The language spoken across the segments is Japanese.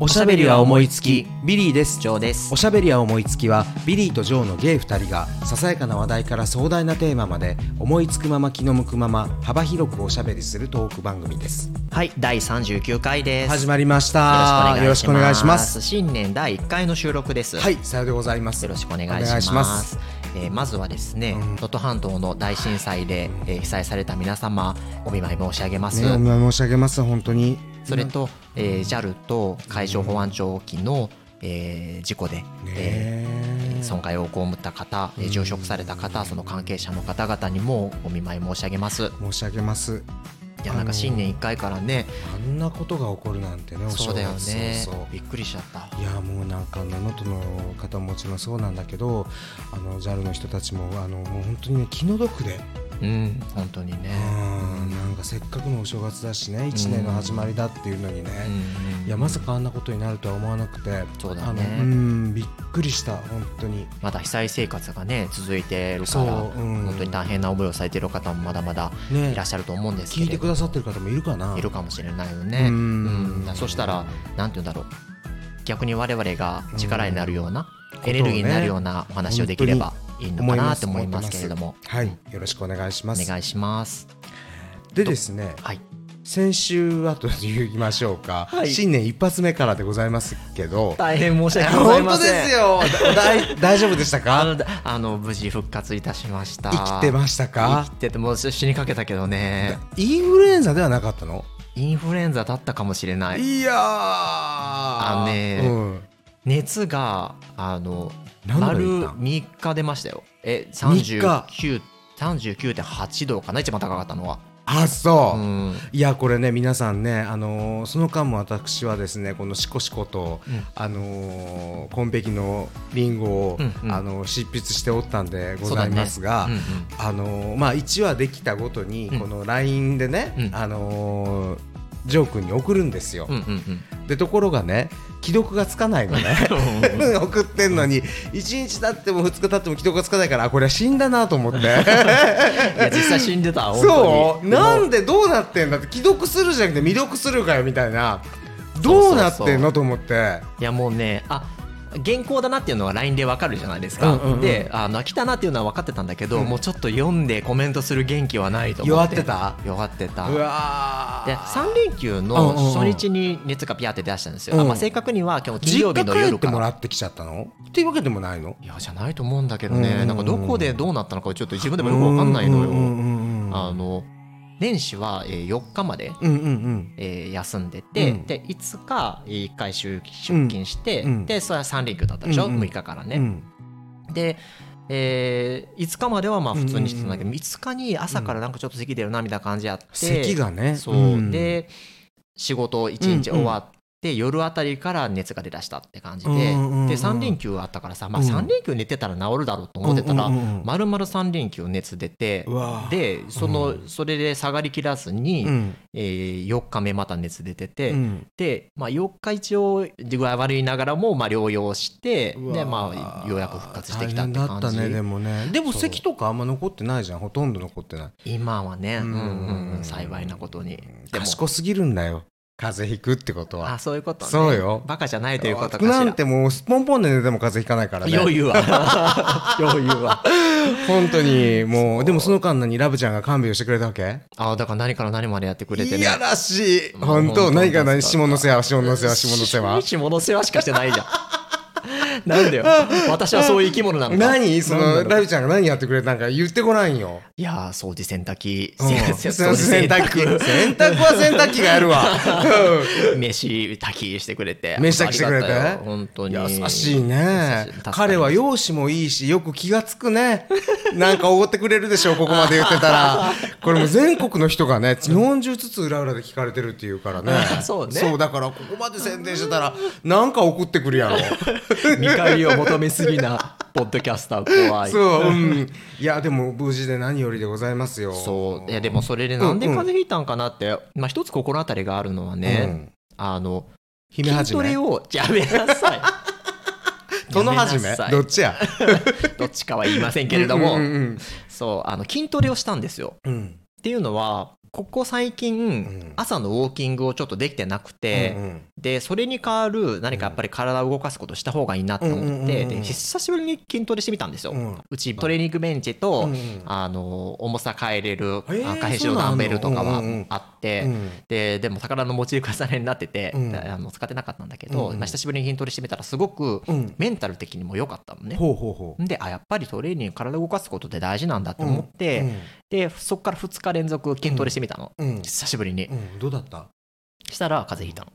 おしゃべりは思いつきビリーですジョーですおしゃべりは思いつきはビリーとジョーのゲイ2人がささやかな話題から壮大なテーマまで思いつくまま気の向くまま幅広くおしゃべりするトーク番組ですはい第39回です始ままりましたよろしくお願いしますよろし新年第1回の収録ですくお願いしますはいさようでございますよろしくお願おいし願まいすしますえーまずはですねうん能登、半島の大震災で、えー被災された皆様お見舞い申し上げます、ねお見舞い申し上げます本当にそれと、えー、JAL と海上保安庁沖の、えー事故で、ねえーえ損害を被った方、えー殉職された方、その関係者の方々にもお見舞い申し上げます。申し上げますいやなんか新年一回からね、あんなことが起こるなんてねおそうだよ正ね月そうそうびっくりしちゃった。いやもうなんかあの能登の方ももちろんそうなんだけどあの JAL の人たちもあのもう本当にね気の毒で、うん、本当にね。うんなんかせっかくのお正月だしね一年の始まりだっていうのにね、うんうんいやまさかあんなことになるとは思わなくてそうだあよのねうんびっくりした本当にまだ被災生活がね続いてるそかうら、うん本当に大変な思いをされてる方もまだまだねいらっしゃると思うんです聞けれいどてくださってる方もいるかないるかもしれないよね。うんうんそしたらなんて言うんだろう逆に我々が力になるような、うんエネルギーになるようなお話をできればいいのかなって思いますけれども思ってますはいよろしくお願いしまおす願いします。でですねはい、先週はと言いましょうか、はい新年一発目からでございますけど大変申し訳ござい本ま当せん。ですよだい 大丈夫でしたあかのだあの無事復活いたしました。生きてましたか生きててもう死にかけたけどねインフルエンザではなかったのインフルエンザだったかもしれないいやーあのねうん、熱があの何度丸言った3日出ましたよえ三日39 39.8度かな一番高かったのはあそうう、んいやこれね皆さんね、あのーその間も私はですねこのしこしこと、うんあのー、紺碧のリンゴを、うんうんあのー執筆しておったんでございますが、うんうんあのーまあ、1話できたごとに、うんこの LINE でね、うんあのージョー君に送るんですよ、う んうんでところがね既読がつかないのね 送ってんのに1日経っても2日経っても既読がつかないからあこれは死んだなと思っていや実際死んでそた本当うになんもでどうなってんだって既読するじゃなくて未読するかよみたいなどうなってんのと思っていやもうねあ原稿だなっていうのは LINE でわかるじゃないですか、うんうんうんであの飽きたなっていうのは分かってたんだけど、うんもうちょっと読んでコメントする元気はないと思弱っっててた弱ってたうわでー3連休の初日に熱がピャーって出したんですよ、うんあまあ、正確には今日金実曜日家の夜帰っかてもららってきちゃったのっていうわけでもないのいやじゃないと思うんだけどうんうんうねんなんかどこでどうなったのかちょっと自分でもよく分かんないのうんうんうよんうんあの年始はえー4日までうんうんえー休んでて、うんで5日1回出勤して、うんでそれは3連休だったでしょ、うんうん6日からうんうね、んで、えー5日まではまあ普通にしてたんだけうんうんど、う5日に朝からなんかちょっと咳出るなみたいな感じやって咳がねそう、んで仕事1日うんうん終わって、夜あたりから熱が出だしたって感じで、うんうんうんうんで3連休あったからさ、まあ、うん3連休寝てたら治るだろうと思ってたら、うんうんうんうん丸々3連休熱出てうわーでその、それで下がりきらずに、うんえー4日目また熱出てて、うんで、まあ、4日一応具合悪いながらもまあ療養してうわーで、まあ、ようやく復活してきたって大変感だったじ、ねでもねでもそう咳とかあんま残ってないじゃんほとんど残ってない今はね、ううんんうんうん、幸いなことにでも賢すぎるんだよ風邪ひくってことはあそういうことねそうよバカじゃないということかしならんてもうすっぽんぽんで寝ても風邪ひかないからね余裕は余裕は本当 にもうでもその間何ラブちゃんが看病してくれたわけあだから何から何までやってくれていねやらしいもう本当本当何から何助下かったの世話下の世話下の世話下の世話しかしてないじゃんなんだよ私はそういう生き物なのか何そなんだのろうラブちゃんが何やってくれたんか言ってこないん よいやー掃除洗濯機、うんせ洗濯掃除洗濯機洗濯は洗濯機がや るわ飯炊きしてくれて飯炊きしてくれてありがたよ本当に優しいね優しい助かります彼は容姿もいいしよく気がつくね なんかおごってくれるでしょここまで言ってた らこれもう全国の人がね日本中ずつ裏裏で聞かれてるっていうからね そうねだからここまで宣伝してたらなんか送ってくるやろ見返りを求めすぎなポッドキャスター怖いそううんいやでも無事で何よりでございますよそういやでもそれでなんで風邪ひいたんかなって、まあ、一つ心当たりがあるのはね、うんあの姫は筋じトレめをやめな さい殿はじやめなさいどっちやどっちかは言いませんけれども、うんうんそうあの筋トレをしたんですようんうんっていうのはここ最ん近朝のウォーキングをちょっとできてなくて、うんうんでそれに代わる何かやっぱり体を動かすことした方がいいなと思って、うんうんうんうんで久しぶりに筋トレしてみたんですよ、ううんちトレーニングベンチと、うんうんあの重さ変えれるへーあ可変式のダンベルとかそうなはんだあって、うんででも宝のモチーフ重ねになってて、うんあの使ってなかったんだけど、うんうんまあ、久しぶりに筋トレしてみたらすごくうんメンタル的にも良かったのね、ほうほうほであやっぱりトレーニング体を動かすことって大事なんだってう思って、うんでそこから2日連続筋トレしてみたの、うん久しぶりに、うんどうだったしたら風邪ひいたの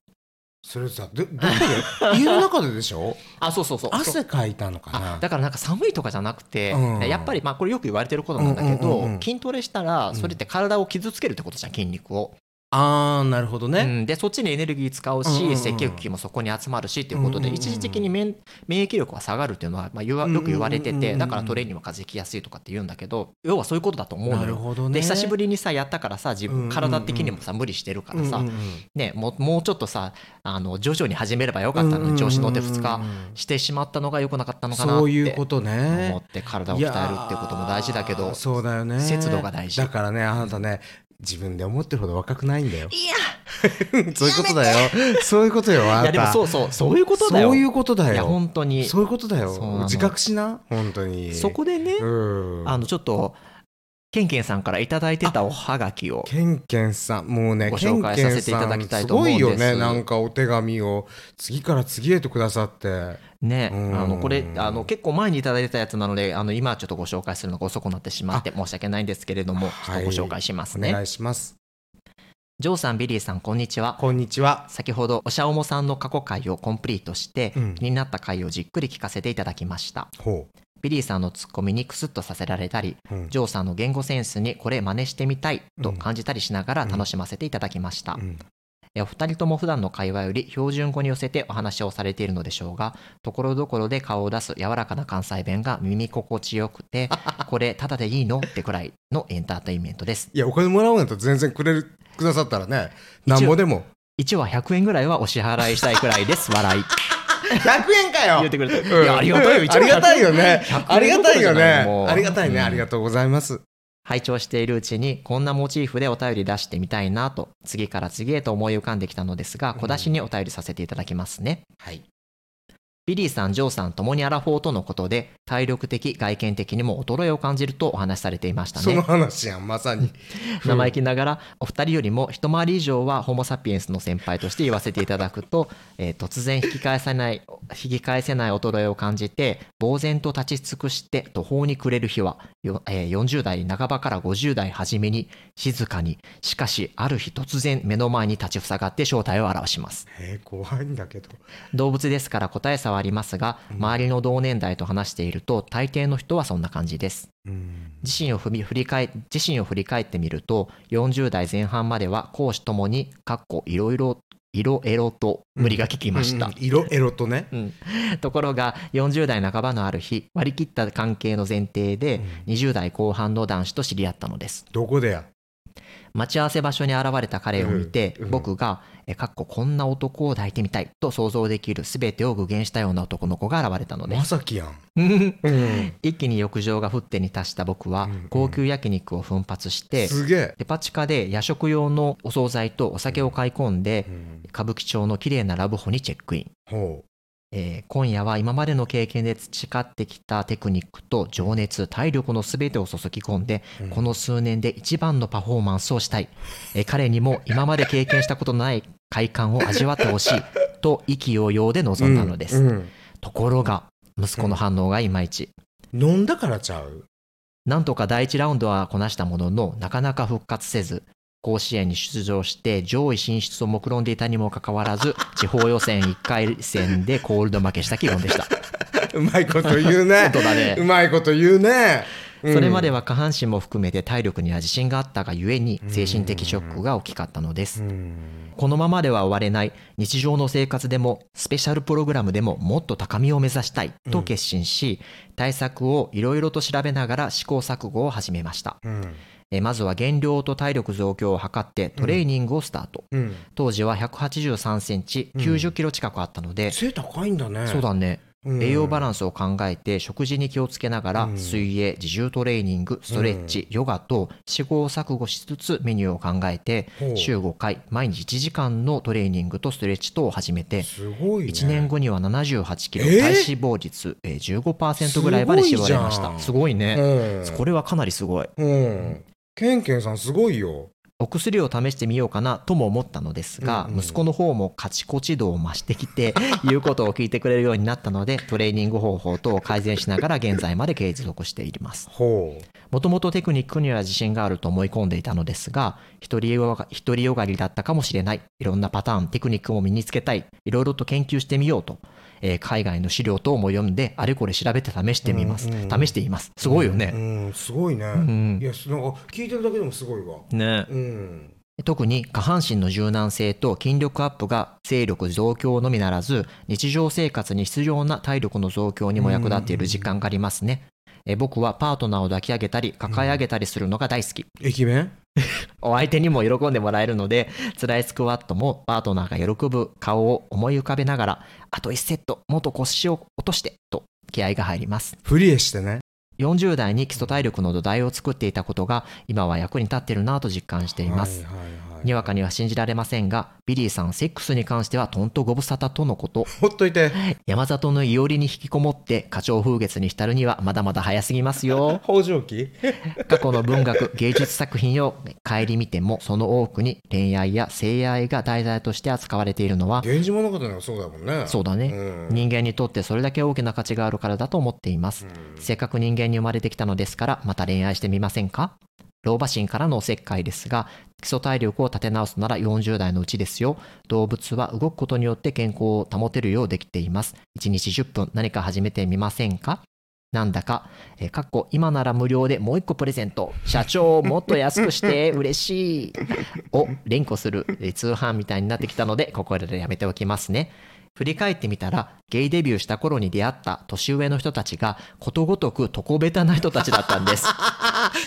それさどどう して家の中ででしょあそうそうそう汗かいたのかあなだからなんか寒いとかじゃなくて、うんやっぱりまあこれよく言われてることなんだけど、うんうんうんうん筋トレしたらそれって体を傷つけるってことじゃん筋肉を、あーなるほどうねんでそっちにエネルギー使うし、うんうんうん赤血球もそこに集まるしっていうことで、うんうんうん一時的に免免疫力が下がるっていうのは、まあ、言わよく言われてて、うんうんうんうんだからトレーニングは風邪ひきやすいとかって言うんだけど要はそういうことだと思うのなよるほどでね久しぶりりにさやったからさ自うんうんう分ん体的にもさ無理してるからさ、よね、もうもうちょっとさあの徐々に始めればよかったのに調子乗って2日してしまったのが良くなかったのかなってそういうことね思って体を鍛えるってことも大事だけいやどーそうだよね節度が大事だからねあなたね自分で思ってるほど若くないんだよいやそういうことだよそういうことよあいやなでもたそうそうそういうことだよそういうことだよいや本当にそういうことだそうなよの自覚しな本当にそこでね、うんあのちょっとケンケンさんからいただいてたおはがきをケンケンさんもうねご紹介ケンケンさせていただきたいとさん思うんですすごいよねなんかお手紙を次から次へとくださってね、うんあのこれあの結構前にいただいてたやつなのであの今はちょっとご紹介するのが遅くなってしまって申し訳ないんですけれどもちょっはいとご紹介しますおね、願いしますジョーさんビリーさんこんにちはこんにちは先ほどおしゃおもさんの過去回をコンプリートして、うん気になった回をじっくり聞かせていただきましたほビリーさんのツッコミにクスッとさせられたりううんジョーさんの言語センスにこれ真似してみたいと感じたりしながら楽しませていただきました、うんえお二人とも普段の会話より標準語に寄せてお話をされているのでしょうがところどころで顔を出す柔らかな関西弁が耳心地よくて これタダでいいのってくらいのエンターテインメントですいやお金もらうんだったら全然くれるくださったらねなんぼでも1話100円ぐらいはお支払いしたいくらいです笑い100円かよ言ってくれた、うんいやありがたいよ一あ応りがたいよね100円ありがたいよねもうありがたいねうんありがとうございます拝聴しているうちにこんなモチーフでお便り出してみたいなと次から次へと思い浮かんできたのですが小出しにお便りさせていただきますね、はいビリーさんジョーさんともにアラフォーとのことで体力的外見的にも衰えを感じるとお話しされていましたそのね話やんまさ に生意気ながらお二人よりも一回り以上はホモ・サピエンスの先輩として言わせていただくと、えー突然引き返さない引き返せない衰えを感じて呆然と立ち尽くして途方に暮れる日は、よえー40代半ばから50代初めに静かにしかしある日突然目の前に立ちふさがって正体を表しますえー怖いんだけど動物ですから個体差はありますが周りの同年代と話していると大抵の人はそんな感じですうん自身を振り振り返自身を振り返ってみると40代前半までは講師ともにかっこいろいろ色エロと無理が利きました、うんうん色エロとねところが40代半ばのある日割り切った関係の前提で20代後半の男子と知り合ったのですどこでや待ち合わせ場所に現れた彼を見て、うんうん僕がえかっここんな男を抱いてみたいと想像できる全てを具現したような男の子が現れたのでますさきやん 一気に浴場が降ってに達した僕はうんうん高級焼肉を奮発して、すげえデパ地下で夜食用のお惣菜とお酒を買い込んで、うん歌舞伎町の綺麗なラブホにチェックイン、ほえー今夜は今までの経験で培ってきたテクニックと情熱体力の全てを注ぎ込んで、うんこの数年で一番のパフォーマンスをしたい、えー彼にも今まで経験したことのない快感を味わってほしいと意気揚々でう臨んだのです、うんところが息子の反応がいまいち、飲んだからちゃ うなんとか第1ラウンドはこなしたものの、なかなか復活せず、甲子園に出場して上位進出を目論んでいたにもかかわらず、 地方予選1回戦でコールド負けした気分でした。うまいこと言う ね本当だうね。まいこと言うねうんそれまでは下半身も含めて体力には自信があったがゆえにうん精神的ショックが大きかったのですう。んこのままでは終われない日常の生活でもスペシャルプログラムでももっと高みを目指したいと決心し、対策をいろいろと調べながら試行錯誤を始めました。うんえーまずは減量と体力増強を図ってトレーニングをスタート、うん当時は1 8 3センチ9 0キロ近くあったので、背高いんだねそうだねうん栄養バランスを考えて食事に気をつけながらうん水泳自重トレーニングストレッチヨガと試行錯誤しつつメニューを考えてほう週5回毎日1時間のトレーニングとストレッチ等を始めてすごいね1年後には78キロ、えー体脂肪率、えー、15%ぐらいまで絞られすごましいじゃたんすごいね、うんこれはかなりすごいうんケンケンさんすごいよお薬を試してみようかなとも思ったのですが、うんうん息子の方もカチコチ度を増して きて言うことを聞いてくれるようになったのでトレーニング方法等を改善しながら現在まで継続していますほもともとテクニックには自信があると思い込んでいたのですが独りよが独りよがりだったかもしれないいろんなパターンテクニックも身につけたいいろいろと研究してみようと、えー海外の資料等も読んであれこれ調べて試してみます、うんうん試していますすごいよううね、んすごいねんいやなんか聞いてるだけでもすごいわねうん特に下半身の柔軟性と筋力アップが勢力増強のみならず日常生活に必要な体力の増強にも役立っている実感がありますね、え僕はパートナーを抱き上げたり抱え上げたりするのが大好き、駅弁お相手にも喜んでもらえるので辛いスクワットもパートナーが喜ぶ顔を思い浮かべながらあと1セットもっと腰を落としてと気合が入りますフリエしてね40代に基礎体力の土台を作っていたことが今は役に立っているなぁと実感しています、はいはいはいにわかには信じられませんが、ビリーさん、セックスに関してはとんとご無沙汰とのこと。 ほっといて。山里のいおりに引きこもって、花鳥風月に浸るにはまだまだ早すぎますよ 北条記過去の文学、芸術作品を顧みても、その多くに恋愛や性愛が題材として扱われているのは、源氏物語がそうだもんねそうだね。うん人間にとってそれだけ大きな価値があるからだと思っています。せっかく人間に生まれてきたのですから、また恋愛してみませんか老婆心からのおせっかいですが、基礎体力を立て直すなら40代のうちですよ。動物は動くことによって健康を保てるようできています。1日10分何か始めてみませんかなんだか、えーかっこ今なら無料でもう1個プレゼント。社長もっと安く して嬉しい。を連呼するえー通販みたいになってきたので、ここでやめておきますね。振り返ってみたらゲイデビューした頃に出会った年上の人たちがことごとく床下手な人たちだった んです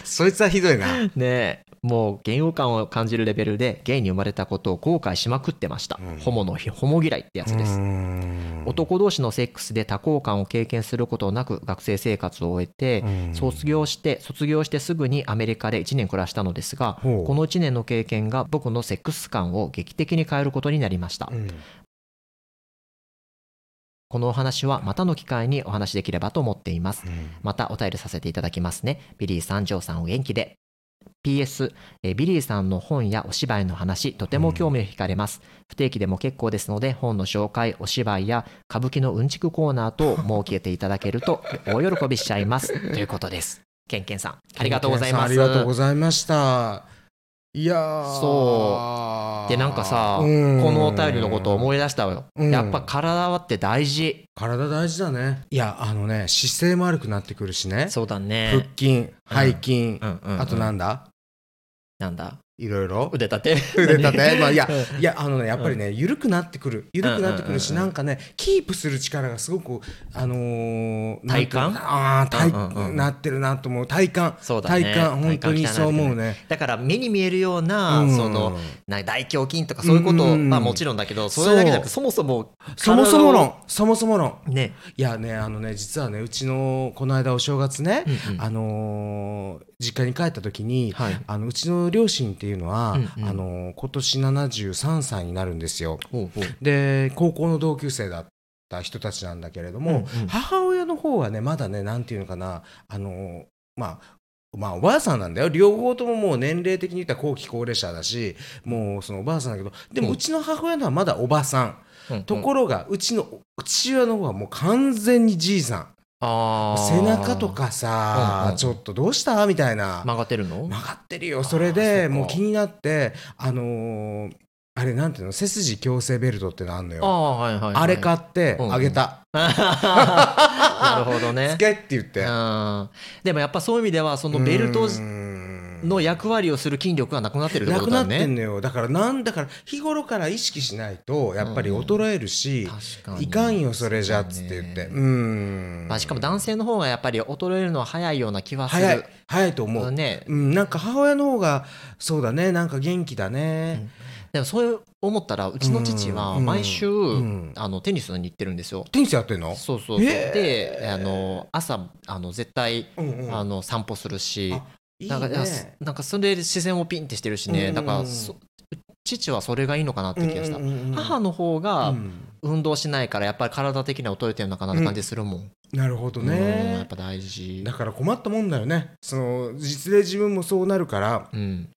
そいつはひどいなねえもう嫌悪感を感じるレベルでゲイに生まれたことを後悔しまくってました、うんホモの日ホモ嫌いってやつです、うん男同士のセックスで多幸感を経験することなく学生生活を終えて、うん卒業して卒業してすぐにアメリカで1年暮らしたのですがほうこの1年の経験が僕のセックス感を劇的に変えることになりました、うんこのお話はまたの機会にお話しできればと思っています。またお便りさせていただきますね。ビリーさん、ジョーさんお元気で。PS、えービリーさんの本やお芝居の話、とても興味を惹かれます。不定期でも結構ですので、本の紹介、お芝居や歌舞伎のうんちくコーナーと設けていただけると 大喜びしちゃいます。ということです。ケンケンさん、ありがとうございます。ケンケンさんありがとうございましたいやーそで、なんかさ、こうんのお便りのことを思い出したわよ。うんやっぱ体はって大事。体大事だねいやあのね姿勢も悪くなってくるしねそうだ腹ね。筋背筋、うんうんうんあとなんだなんだいろいろ腕立て 腕立てまあいやういやあのねやっぱりね緩くなってくる緩くなってくるし、うんうんうんなんかねキープする力がすごくあのー、なんていうの体幹ああ体、うんうんうんなってるなと思う体幹そうだ体ね幹本当にそう思うねだから目に見えるような、うんそのな大胸筋とかそういうことを、うんまあもちろんだけどそれだけじゃなくてそもそもそもそも論そもそも論ねいやねあのね実はねうちのこの間お正月ね、うんうんあのー実家に帰った時に、はいあのうちの両親っていうのは、うんうんあのー今年73歳になるんですよ。ほうほうで高校の同級生だった人たちなんだけれども、うんうん母親の方はねまだねなんていうのかなあのーまあまあおばあさんなんだよ両方とももう年齢的に言ったら後期高齢者だしもうそのおばあさんだけどでもうんうちの母親のはまだおばさん、うんうんところがうちの父親の方はもう完全にじいさんあー背中とかうんさ、うんちょっとどうしたみたいな、曲がってるの、曲がってるよそれであーそっかもう気になってあのーあれなんていうの背筋矯正ベルトってのあんのあよあ,、あはいはい、はい、れ買ってうんうんあげた、なるほどつねけって言っうて、んでもやっぱそういう意味ではそのベルトうーんの役割をする筋力がなくなってるってなことくだなよってんね。のよだからなんだから日頃から意識しないとやっぱり衰えるし、確かにいかんよそれじゃっつって言って、うん、まあ、しかも男性の方がやっぱり衰えるのは早いような気はする。早い早いと思う、ね、うん、なんか母親の方がそうだねなんか元気だね、でもそう思ったらうちの父はうん毎週、うんあのテニスに行ってるんですよ。テニスやってんのそうそうそうへーであの朝あの絶対うんうんあの散歩するしあいいなんかいやすねなんかそれで視線をピンってしてるしね、うんだからそ父はそれがいいのかなって気がした、うんうんうんうん母の方がうん運動しないからやっぱり体的には衰えてるのかなって感じするもん、なるほどうんやっねぱ大事だから困ったもんだよねその実例自分もそうなるからうん、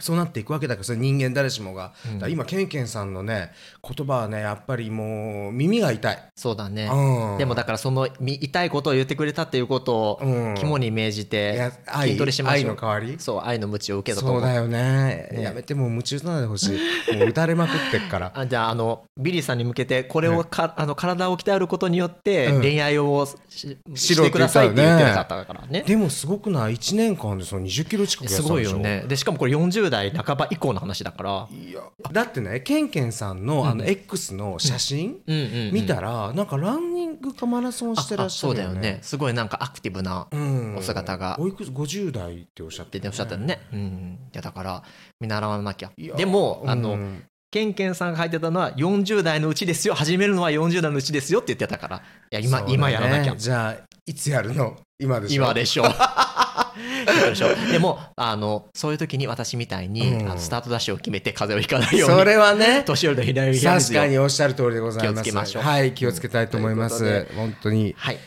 そうなっていくわけだからそれ人間誰しもが、うんだから今ケンケンさんのね言葉はねやっぱりもう耳が痛い、そうだねうん、でもだからそのみ痛いことを言ってくれたっていうことをうん肝に銘じいてや愛筋トレしましょう愛の代わりそう愛の鞭を受けたとそ思ううだよねねやめてもう夢中打たないでほしいもう打たれまくってっから あじゃああのビリーさんに向けてこれをか、あの体を鍛えることによってうん恋愛をし,、しろてってく言だったさいっよねて言ってなかったからねでもすごくない1年間でその20キロ近くやっすてたんごいでしょよねでしかもこれ40代半ば以降の話だからいやだってねケンケンさんのあの X の写真うんうんうん見たらなんかランニングかマラソンしてらっしゃるああよそうだよねねすごいなんかアクティブなっうんお姿がおいくつ50代っておっしゃってておっしゃったのね、うん、いやだから見習わなきゃいやでもあうのんケンケンさんが書いてたのは40代のうちですよ始めるのは40代のうちですよって言ってたからいや今,、そうだね今やらなきゃじゃあいつやるの今でしょ今でしょ今でしょでもあのそういう時に私みたいに、うんあのスタートダッシュを決めて風邪をひかないよ そうにれはね年寄りの左右確かにおっしゃる通りでございます気をつけましょうはい気をつけたいと思いまうんというすこ本当にはい、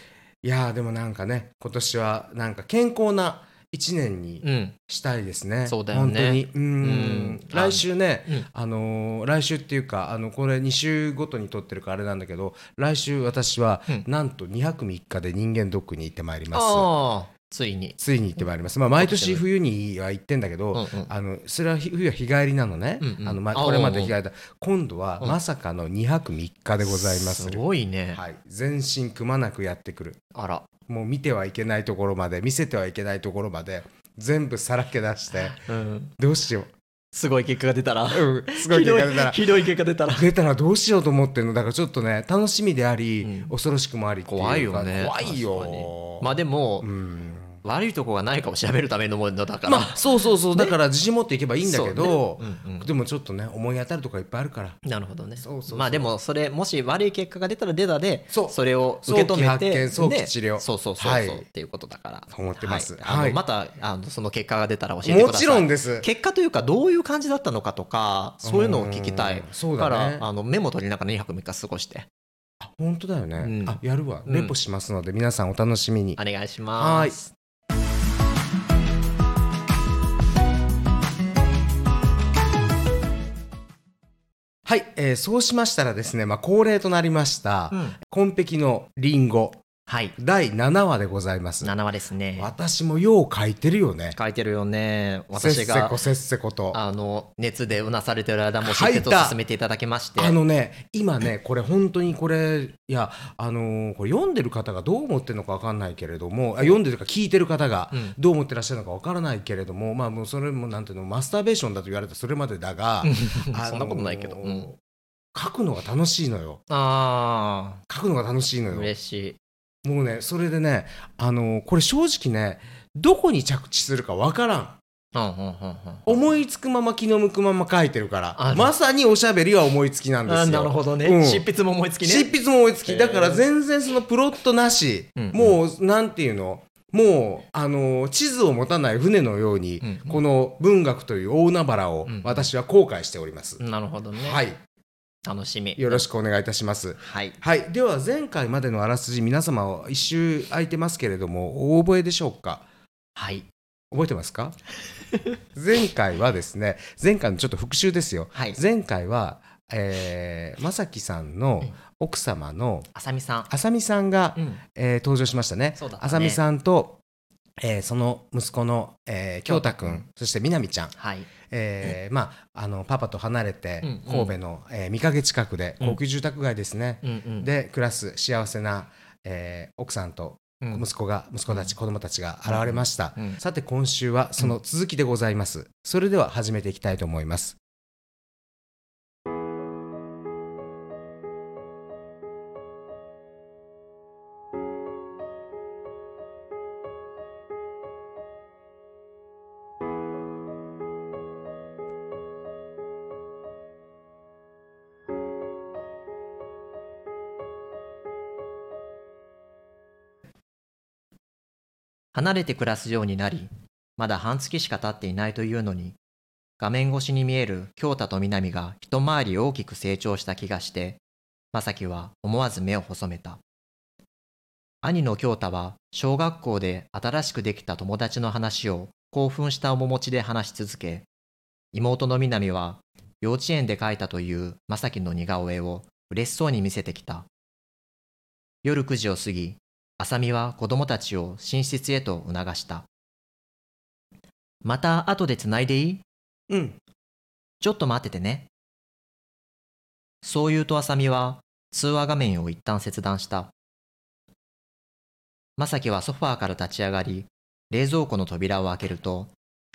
いやーでもなんかね今年はなんか健康な一年にうんしたいですね。そうだよね本当に。うんうん来週ね、うんあのー来週っていうかあのこれ2週ごとに撮ってるからあれなんだけど、来週私は、うんなんと2泊3日で人間ドックに行ってまいります。ああついに、ついに行ってまいります。まあ毎年冬には行ってんだけど、うんうんあのそれは冬は日帰りなのね。うんうんあのまあーこれまで日帰りだ。今度はうんまさかの2泊3日でございまする。ごいね、はい、全身くまなくやってくる。あらもう見てはいけないところまで見せてはいけないところまで全部さらけ出して うんどうしよすごい結果が出たらう、うん、すごい結果出たらひどいひどい結果出たら出たらどうしようと思ってんのだからちょっとね楽しみであり、うん恐ろしくもありってうか怖いよね怖い確かによまあでも、うん悪いとこがないかを調べるためのものだから、まあそうそうそうだから自信持っていけばいいんだけど、そうねうんうんでもちょっとね思い当たるとかいっぱいあるからなるほどねそうそうそうまあでもそれもし悪い結果が出たら出たでそうれを受け止めて早期発見早期治療ねそうそうそうそう、はいっていうことだからと思ってますはいあのはいまたあのその結果が出たら教えてもくださちいろんです結果というかどういう感じだったのかとかそういうのを聞きたいうんそうだねからあのメモ取りながら2泊3日過ごしてあ本当だよね、うんあやるわうんレポしますので皆さんお楽しみに、お願いしますはい、えーそうしましたらですね、まあ、恒例となりましたはい、 「紺碧のリンゴはい、第7話でございます7話ですね私もよう書いてるよね書いてるよねせっせ私がこせっせことああの熱でうなされてる間も書い手たと進めていただきましてのね今ねこれ本当にこれいやあのーこれ読んでる方がどう思ってるのか分かんないけれどもあ読んでるか聞いてる方がうんどう思ってらっしゃるのか分からないけれども、まあもうそれもなんていうのマスターベーションだと言われたそれまでだが、 あのーそんなことないけど、うん書くのが楽しいのよあ書くのが楽しいのあよ嬉しいもうねそれでねあのーこれ正直ねどこに着地するかわからんうんうんうんうん思いつくまま気の向くまま書いてるかあらまさにおしゃべりは思いつきなんですよあなるほどね、うん執筆も思いつきね執筆も思いつきだかへらー全然そのプロットなし、うんうんもうなんていうのもうあのー地図を持たない船のように、うんうんこの文学という大海原をうんうん私は後悔しております、なるほどね、はい楽しみよろしくお願いいたしますはいはいでは前回までのあらすじ皆様は一周空いてますけれどもお覚えでしょうかはい覚えてます か前回はですね前回のちょっと復習ですよはい前回は、えー、正樹さんの奥様のあさみさんあさみさんが、うんえー登場しましたねそうだったねあさみさんと、えーその息子の、えー、京太く京んそしてみなみちゃん、はいえーまあ、あのパパと離れて、うんうん神戸の、えー、三陰近くでうん高級住宅街ですね、うんうんで暮らす幸せな、えー奥さんとうん息子が息子たち子供たちが現れました、うんさて今週はその続きでございます、それでは始めていきたいと思います離れて暮らすようになりまだ半月しか経っていないというのに画面越しに見える京太と南が一回り大きく成長した気がして正樹は思わず目を細めた兄の京太は小学校で新しくできた友達の話を興奮した面持ちで話し続け妹の南は幼稚園で描いたという正樹の似顔絵を嬉しそうに見せてきた夜9時を過ぎ浅見は子供たちを寝室へと促した。また後で繋いでいいうんちょっと待っててね。そう言うと浅見は通話画面を一旦切断した。正樹はソファーから立ち上がり、冷蔵庫の扉を開けると、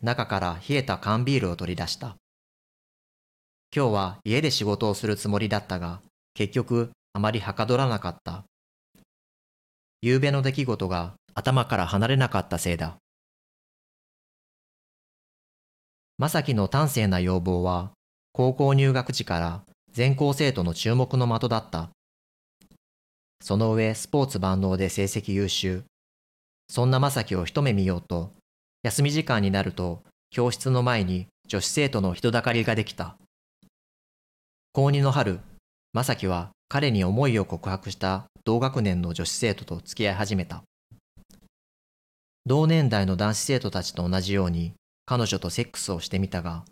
中から冷えた缶ビールを取り出した。今日は家で仕事をするつもりだったが、結局あまりはかどらなかった。昨べの出来事が頭から離れなかったせいだ。正樹の端正な要望は、高校入学時から全校生徒の注目の的だった。その上、スポーツ万能で成績優秀。そんな正樹を一目見ようと、休み時間になると、教室の前に女子生徒の人だかりができた。高2の春、正樹は彼に思いを告白した同学年の女子生徒と付き合い始めた。同年代の男子生徒たちと同じように、彼女とセックスをしてみたが、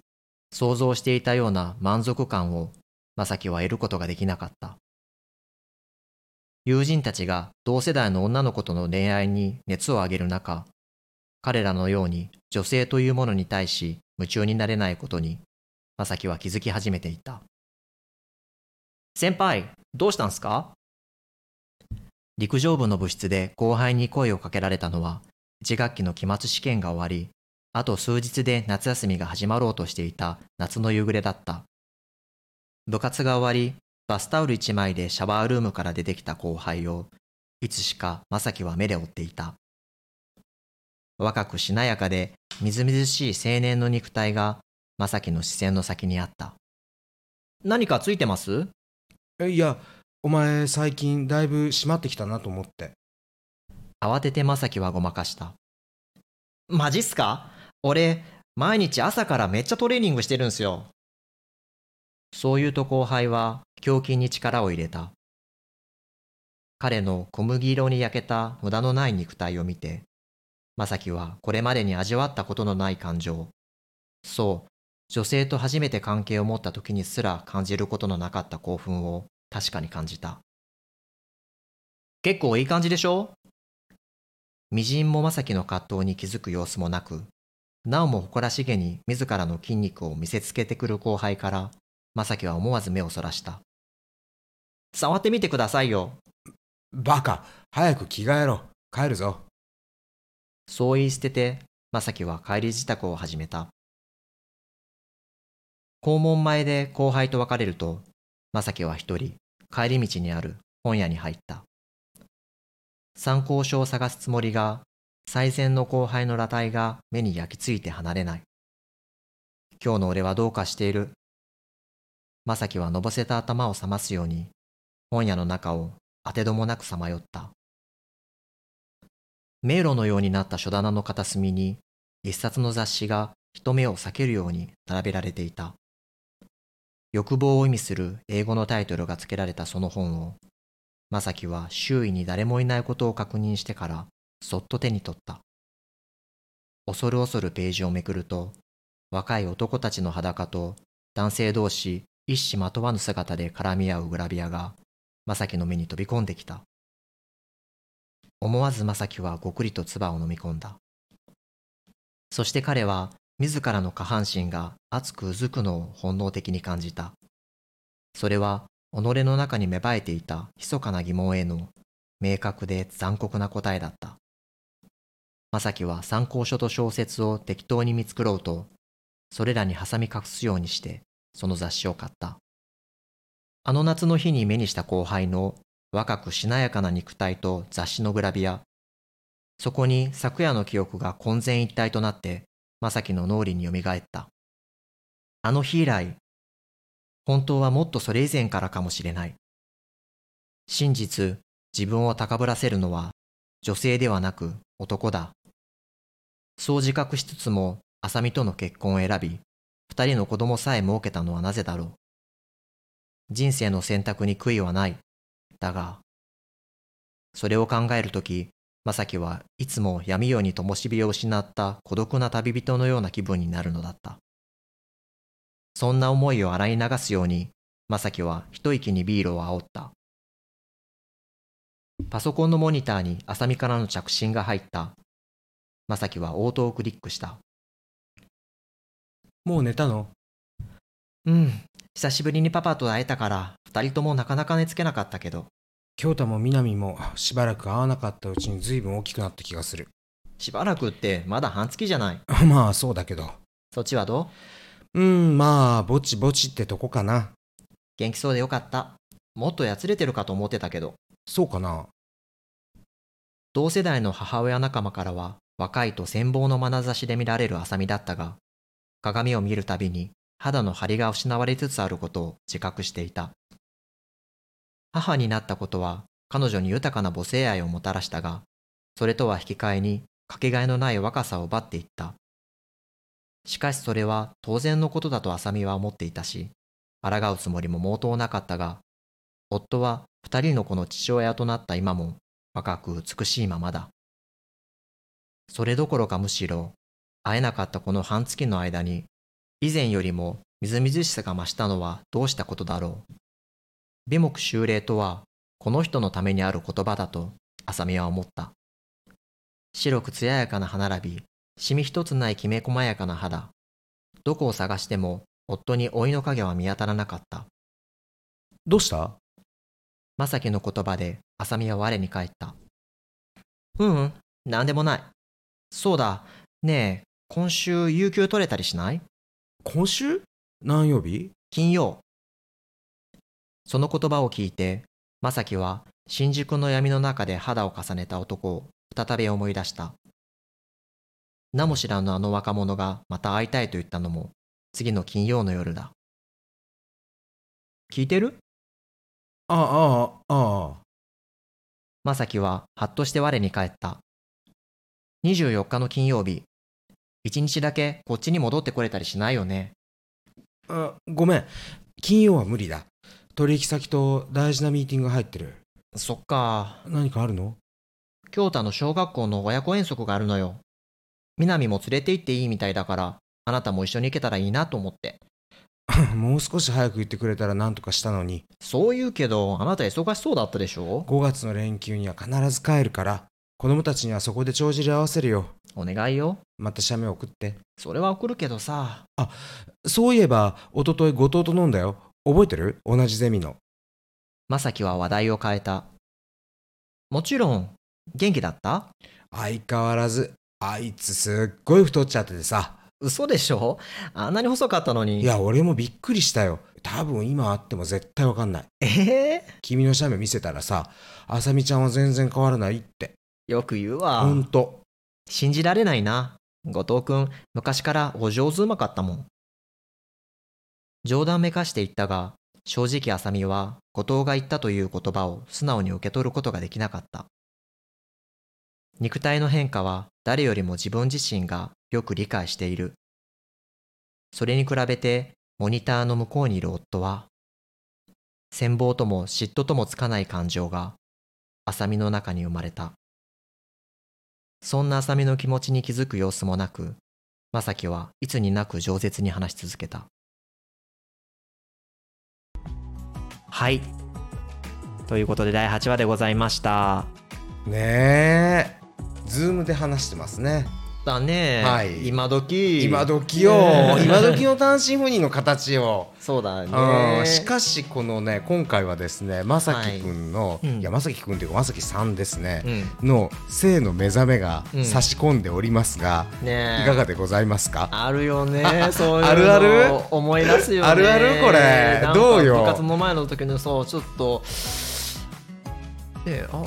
想像していたような満足感を正樹は得ることができなかった。友人たちが同世代の女の子との恋愛に熱を上げる中、彼らのように女性というものに対し夢中になれないことに、正樹は気づき始めていた。先輩、どうしたんすか陸上部の部室で後輩に声をかけられたのは、1学期の期末試験が終わり、あと数日で夏休みが始まろうとしていた夏の夕暮れだった。部活が終わり、バスタオル一枚でシャワールームから出てきた後輩を、いつしか正樹は目で追っていた。若くしなやかで、みずみずしい青年の肉体が、正樹の視線の先にあった。何かついてますえいやお前最近だいぶ締まってきたなと思って慌てて正樹はごまかした。マジっすか俺、毎日朝からめっちゃトレーニングしてるんすよ。そう言うと後輩は、胸筋に力を入れた。彼の小麦色に焼けた無駄のない肉体を見て、正樹はこれまでに味わったことのない感情。そう、女性と初めて関係を持った時にすら感じることのなかった興奮を確かに感じた。結構いい感じでしょ微塵も正樹の葛藤に気づく様子もなく、なおも誇らしげに自らの筋肉を見せつけてくる後輩から、正樹は思わず目をそらした。触ってみてくださいよ。バカ早く着替えろ帰るぞそう言い捨てて、正樹は帰り支度を始めた。校門前で後輩と別れると、正樹は一人、帰り道にある本屋に入った。参考書を探すつもりが、最善の後輩の裸体が目に焼き付いて離れない。今日の俺はどうかしている。正樹はのぼせた頭を覚ますように、本屋の中を当てどもなくさまよった。迷路のようになった書棚の片隅に、一冊の雑誌が人目を避けるように並べられていた。欲望を意味する英語のタイトルが付けられたその本を、正樹は周囲に誰もいないことを確認してから、そっと手に取った。恐る恐るページをめくると、若い男たちの裸と男性同士一糸まとわぬ姿で絡み合うグラビアが、正樹の目に飛び込んできた。思わず正樹はごくりと唾を飲み込んだ。そして彼は自らの下半身が熱くうずくのを本能的に感じた。それは己の中に芽生えていた密かな疑問への明確で残酷な答えだった。正樹は参考書と小説を適当に見繕うと、それらに挟み隠すようにして、その雑誌を買った。あの夏の日に目にした後輩の若くしなやかな肉体と雑誌のグラビア。そこに昨夜の記憶が混然一体となって、正樹の脳裏によみがえった。あの日以来、本当はもっとそれ以前からかもしれない。真実、自分を高ぶらせるのは女性ではなく男だ。そう自覚しつつも、浅見との結婚を選び、二人の子供さえ設けたのはなぜだろう。人生の選択に悔いはない。だが、それを考えるとき、正樹はいつも闇夜に灯火を失った孤独な旅人のような気分になるのだった。そんな思いを洗い流すように、正樹は一息にビールを煽った。パソコンのモニターに浅見からの着信が入った。正樹は応答をクリックした。もう寝たのうん、久しぶりにパパと会えたから、二人ともなかなか寝つけなかったけど、京太も南もしばらく会わなかったうちに随分大きくなった気がする しばらくってまだ半月じゃない。まあそうだけどそっちはどううんまあぼちぼちってとこかな元気そうでよかった。もっとやつれてるかと思ってたけど、そうかな同世代の母親仲間からは、若いと羨望の眼差しで見られる浅見だったが、鏡を見るたびに肌の張りが失われつつあることを自覚していた。母になったことは彼女に豊かな母性愛をもたらしたが、それとは引き換えにかけがえのない若さを奪っていった。しかしそれは当然のことだと浅見は思っていたし、抗うつもりも毛頭なかったが、夫は二人の子の父親となった今も若く美しいままだ。それどころかむしろ、会えなかったこの半月の間に、以前よりもみずみずしさが増したのはどうしたことだろう。美目修礼とは、この人のためにある言葉だと、浅見は思った。白く艶やかな歯並び、シミ一つないきめ細やかな肌。どこを探しても、夫に老いの影は見当たらなかった。どうした正樹の言葉で浅見は我に返った。ううん、なんでもない。そうだ、ねえ、今週有給取れたりしない今週何曜日金曜。その言葉を聞いて、正樹は新宿の闇の中で肌を重ねた男を再び思い出した。名も知らぬあの若者がまた会いたいと言ったのも次の金曜の夜だ。聞いてるあああああ正樹ははっとして我に返った。24日の金曜日、一日だけこっちに戻ってこれたりしないよね。あごめん金曜は無理だ取引先と大事なミーティングが入ってるそっか。何かあるの 京太の小学校の親子遠足があるのよ。南も連れて行っていいみたいだから、あなたも一緒に行けたらいいなと思って。もう少し早く言ってくれたら何とかしたのにそう言うけど、あなた忙しそうだったでしょ5月の連休には必ず帰るから子供たちにはそこで帳尻合わせるよお願いよ。また写メ送ってそれは怒るけどさ。そういえば一昨日後藤と飲んだよ覚えてる同じゼミの正樹は話題を変えた。もちろん、元気だった相変わらずあいつすっごい太っちゃっててさ嘘でしょあんなに細かったのに。い。や俺もびっくりしたよ多分今会っても絶対わかんないええ君の写メ見せたらさあさみちゃんは全然変わらないってよく言うわほ。んと信じられないな。後藤くん、昔からお上手うまかったもん。冗談めかして言ったが、正直浅見は後藤が言ったという言葉を素直に受け取ることができなかった。肉体の変化は誰よりも自分自身がよく理解している。それに比べて、モニターの向こうにいる夫は、羨望とも嫉妬ともつかない感情が、浅見の中に生まれた。そんな浅見の気持ちに気づく様子もなく、正樹はいつになく饒舌に話し続けた。はい。ということで第8話でございました。ねえズームで話してますねたね、はい今時今時よねえ今時の単身赴任の形を そうだう ねんしかしこのね今回はですねまさきくんの、はいうんいやまさきくんというかまさきさんですね、うんの性の目覚めがうん差し込んでおりますが、ねえいかがでございますかあるよねそういうのあるある思い出すよねあるあるこれなんかどうよ部活の前の時のそうちょっと えああ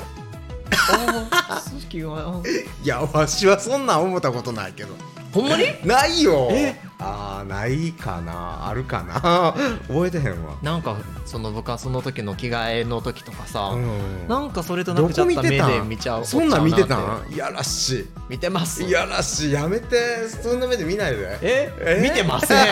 好きがあ いやわしはそんなん思ったことないけどほんまにないよえあーないかなあるかな 覚えてへんわ、なんかその部活の時の着替えの時とかさ、うんなんかそれとなどくちょこっ見と目てたでん見ちゃうそんなん見てた追っちゃうなっんいやらして見てますいいやらしいやめてそんな目で見ないでええ見てません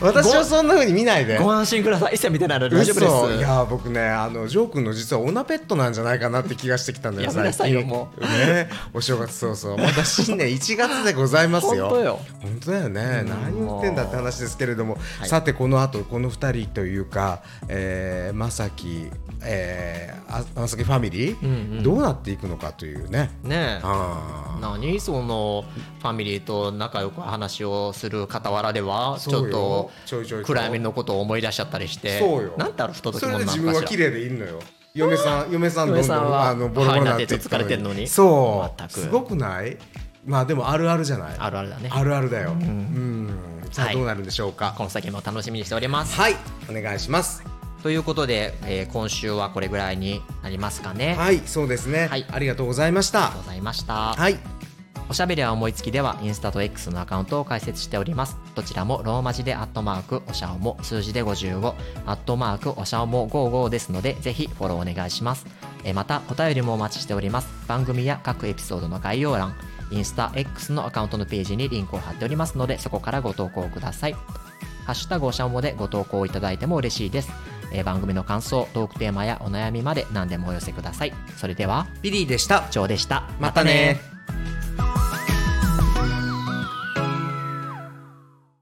私はそんな風に見ないでご安心ください一切見てないので大丈嘘夫ですいや僕ねあのジョー君の実はオナペットなんじゃないかなって気がしてきたんだよやめなさいよもうねお正月そうそうまた新 年1月でございますよ本当よ本当だよね、うん何を言ってんだって話ですけれども、はいさてこの後この2人というか、えー、まさき、えー、あまさきファミリー、うんうんどうなっていくのかというねねえあー何そのファミリーと仲良く話をする傍らではちそょうっよとちょいちょいちょい暗闇のことを思い出しちゃったりしてそうよなんてあるふとときそもれなでの自かし分は綺麗らでいるのよ嫁さん嫁さんどん嫁どんさんはあのボロボロになっていはいなって疲れてんのにそう全くすごくないまあでもあるあるじゃないあるあるだねあるあるだよ。うん。さはあいどうなるんでしょうか。この先も楽しみにしておりますはい、お願いします。ということで、えー今週はこれぐらいになりますかねありはい、そうですね。はいありがとうございましたがと。うございましたはい、おしゃべりは思いつきではインスタと X のアカウントを開設しておりますどちらもローマ字でアットマークおしゃおも数字で55アットマークおしゃおも55ですのでぜひフォローお願いしますえーまたお便りもお待ちしております番組や各エピソードの概要欄インスタ X のアカウントのページにリンクを貼っておりますのでそこからご投稿くださいハッシュタグおしゃおもでご投稿いただいても嬉しいですえー番組の感想トークテーマやお悩みまで何でもお寄せくださいそれではビリーでした。以上でしたまたね